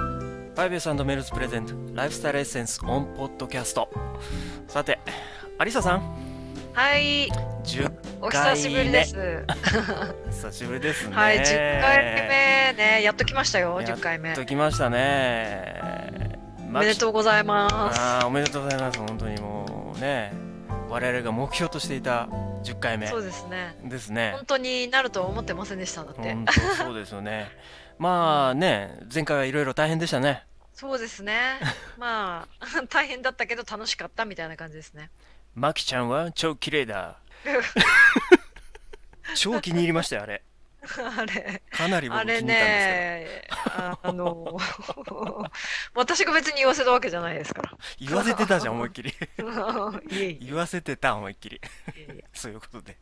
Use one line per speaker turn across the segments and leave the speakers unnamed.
イビューメルズプレゼントライフスタイルエッセンスオンポッドキャストさてアリサさん
はい、
10
お久しぶりです。
久しぶりですね
はい、十回目ね、やっと来ましたよ、
やっ
十回目。
ときましたね
おめでとうございま
あーおめでとうございます本当にもうね我々が目標としていた10回目
す。そうですね。
ですね
本当になるとは思ってませんでしたんだって。
本当そうですよねまあね前回はいろいろ大変でしたね
そうです ね。まあ 大変だったけど楽しかったみたいな感じですね。
マキちゃんは超綺麗だ超気に入りましたよあれ
あれ、
かなり僕
あ
気に入った
れ
んで
ね、ああの 私が別に言わせたわけじゃないですから。
すけど言わせてたじゃん思いっきり
いえい
言わせてた思いっきり
えいえいえ。
そういうこと で、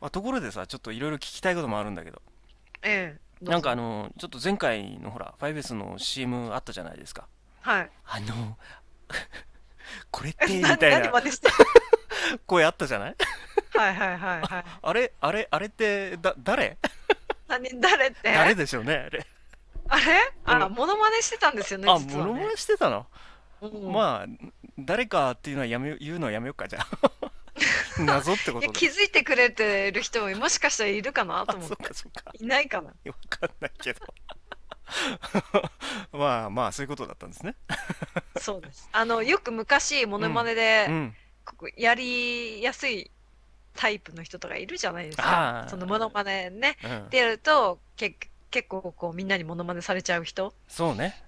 まあ、ところでさちょっといろいろ聞きたいこともあるんだけど
ええどうぞ
なんかあのちょっと前回のほら 5S の CM あったじゃないですか
はい。
あの これってみ
な
たい
何
な
までして。
声あったじゃない
はいはいはいはい。
あれあれあれってだ誰
何誰って
誰でしょうねあれ
あれあら、
うん
モノマネしてたんですよね、
あ
実は
モノ
ね
マ。ネしてたの
うん
まあ誰かっていうのはやめよ言うのはやめようかじゃ あ謎ってこ
いや
と
気
で
づいてくれてる人ももしかしたらいるかな
あ
と思っ
そ
て
う。かそうか
いないかな。
わかんないけどまあまあそういうことだったんですね
そうです。あの、よく昔、モノマネで
う、ん
ここやりやすいタイプの人とかいるじゃないです
あ
か
ー。
そのモノマネね。
うん
でやると、け結構こう、みんなにモノマネされちゃう人。
そうね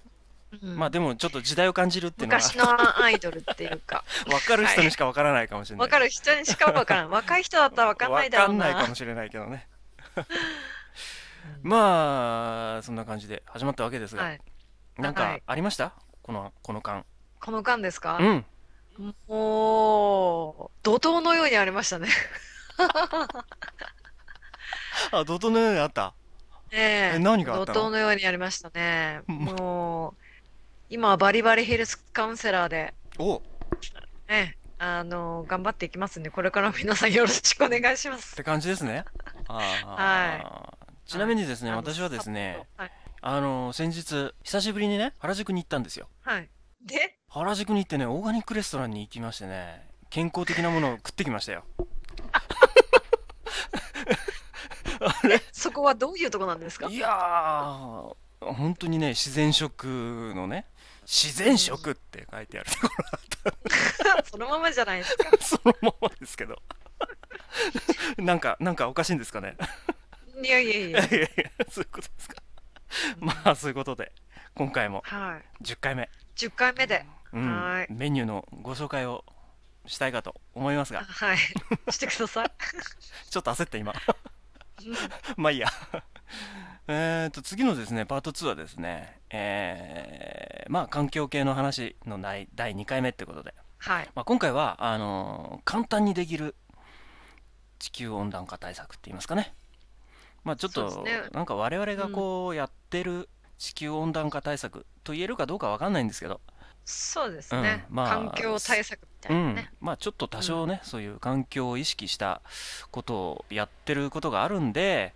うん
まあでもちょっと時代を感じるっていうのは
昔のアイドルっていう か、
わかる人にしかわからないかもしれない
わかる人にしかわからん。若い人だったらわかんないだろ
わか
う
んないか
な。
もしれないけどね まあそんな感じで始まったわけですが、
はい。
なん
は
か
い
ありましたこのこの間
この間ですか
うん
もう、怒涛のようにありま したね。
あ怒涛のようにあった
え
え
え、
何があったの
怒涛のようにありましたね。
うん
もう、今はバリバリヘルスカウンセラーで、
おっ
ええ、あの、頑張っていきますんで、これからも皆さんよろしくお願いしま
て
す。
感じですねあーちなみにですね
あの
私はですね。
はい。
あの先日久しぶりにね原宿に行ったんですよ
はい。で、
原宿に行ってねオーガニックレストランに行きましてね健康的なものを食ってきましたよあれ
そこはどういうとこなんです か
いやー本当にね自然食のね自然食って書いてある ところ
そのままじゃないですか。
そのままですけど なんかなんかおかしいんですかね
いやいやい
いや
や。
いやいやそういうことですかまあそういうことで今回も
はい。
10回目、
10回目で。
うん
はーい
メニューのご紹介をしたいかと思いますが
はい。してください。
ちょっと焦った今
うん
まあいいや。えーと、次のですね、パート2はですね、えーまあ、環境系の話のない第2回目ってことで、
はい。
まあ、今回は、あのー簡単にできる地球温暖化対策って言いますかね。まあ、ちょっ
そ
と、
うですね
なんか我々がこう、やってる地球温暖化対策と言えるかどうかわかんないんですけど、
そうですね。
うんまあ
環境対策みた
う
いなんね。
まあ、ちょっと多少ね、そういう環境を意識したことをやってることがあるんで、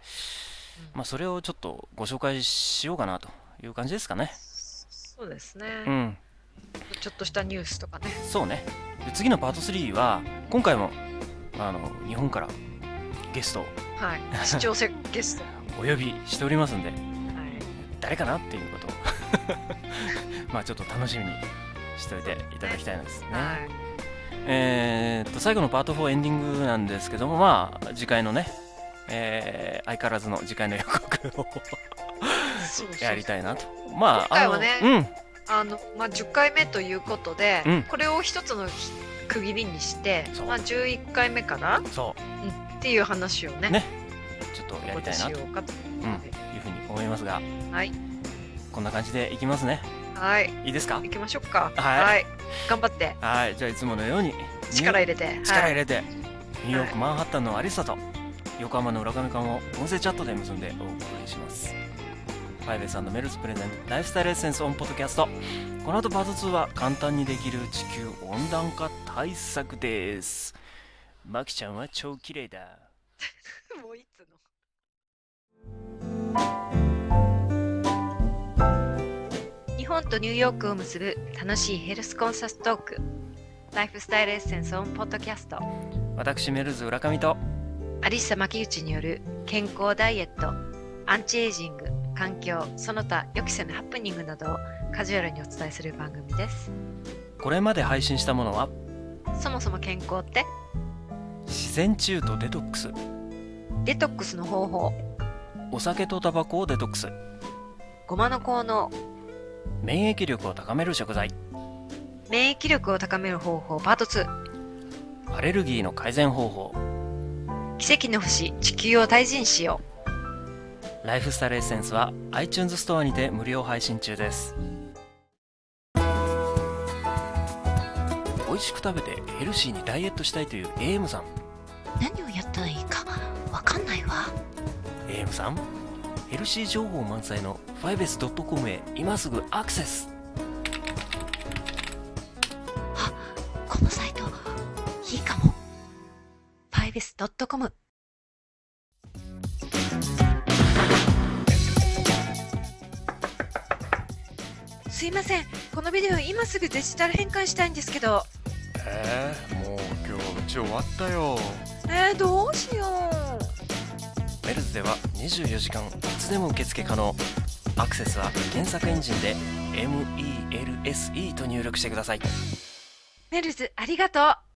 うん
まあ、それをちょっとご紹介しようかなという感じですかね。
そうです
う
ね。
ん、
ちょっとしたニュースとかね。
そうね。で次のパート3は、今回もあの日本からゲストを
はい。視聴者ゲスト。
お呼びしておりますんで、
はい。
誰かなっていう ことをまあちょっと楽しみにしておいていただきたいですね。
はい。
えーっと最後のパート4エンディングなんですけども、まあ次回のね、えー相変わらずの次回の予 告を
そうそうそう
やりたいなと。まあ、
今回はね
あのうん、
あの、まあ、10回目ということで、
うん
これを一つの区切りにして
そ、う
まあ、11回目かな
そ
っていう話をね、
ねう、ちょっとや
こ
り
こ
たい
で
な
し
と
ようかと。
いうふうに思いますが、
はい。
こんな感じでいきますね。
はい。
いいですか
行きましょうか。
はい
頑張って、
はい、じゃあいつものように
力
入
入れて。
れ力入
れ
れて、ニューヨーク、マンハッタンのアリサと横浜の浦上館を音声チャットで結んでお送りします。ファイベスメルズプレゼンライフスタイルエッセンスオンポッドキャスト。この後パート2は簡単にできる地球温暖化対策です。マキちゃんは超綺麗だ。
はい。もういつの日本とニューヨークを結ぶ楽しいヘルスコンサストークライフスタイルエッセンスオンポッドキャスト
私メルズ浦上と
アリッサ牧内による健康ダイエットアンチエイジング環境その他予期せぬハプニングなどをカジュアルにお伝えする番組です
これまで配信したものは
そもそも健康って
自然中とデトックス
デトックスの方法
お酒とタバコをデトックス
ごまの効能
免疫力を高める食材
免疫力を高める方法パート2
アレルギーの改善方法
奇跡の星地球を大事にしよ
ライフスタイルエッセンスは iTunes ストアにて無料配信中です美味しく食べてヘルシーにダイエットしたいという AM さん
う何をやったらいいかわかんないわ
AM さんヘルシー情報満載の 5s.com へ今すぐアクセス
このサイトいいかも 5s.com すいませんこのビデオ今すぐデジタル変換したいんですけど
ええもう今日うち終わったよ
えー、どうしよ
メルズでは24時間いつでも受付可能アクセスは検索エンジンで MELSE と入力してくださいう
メルズありがとう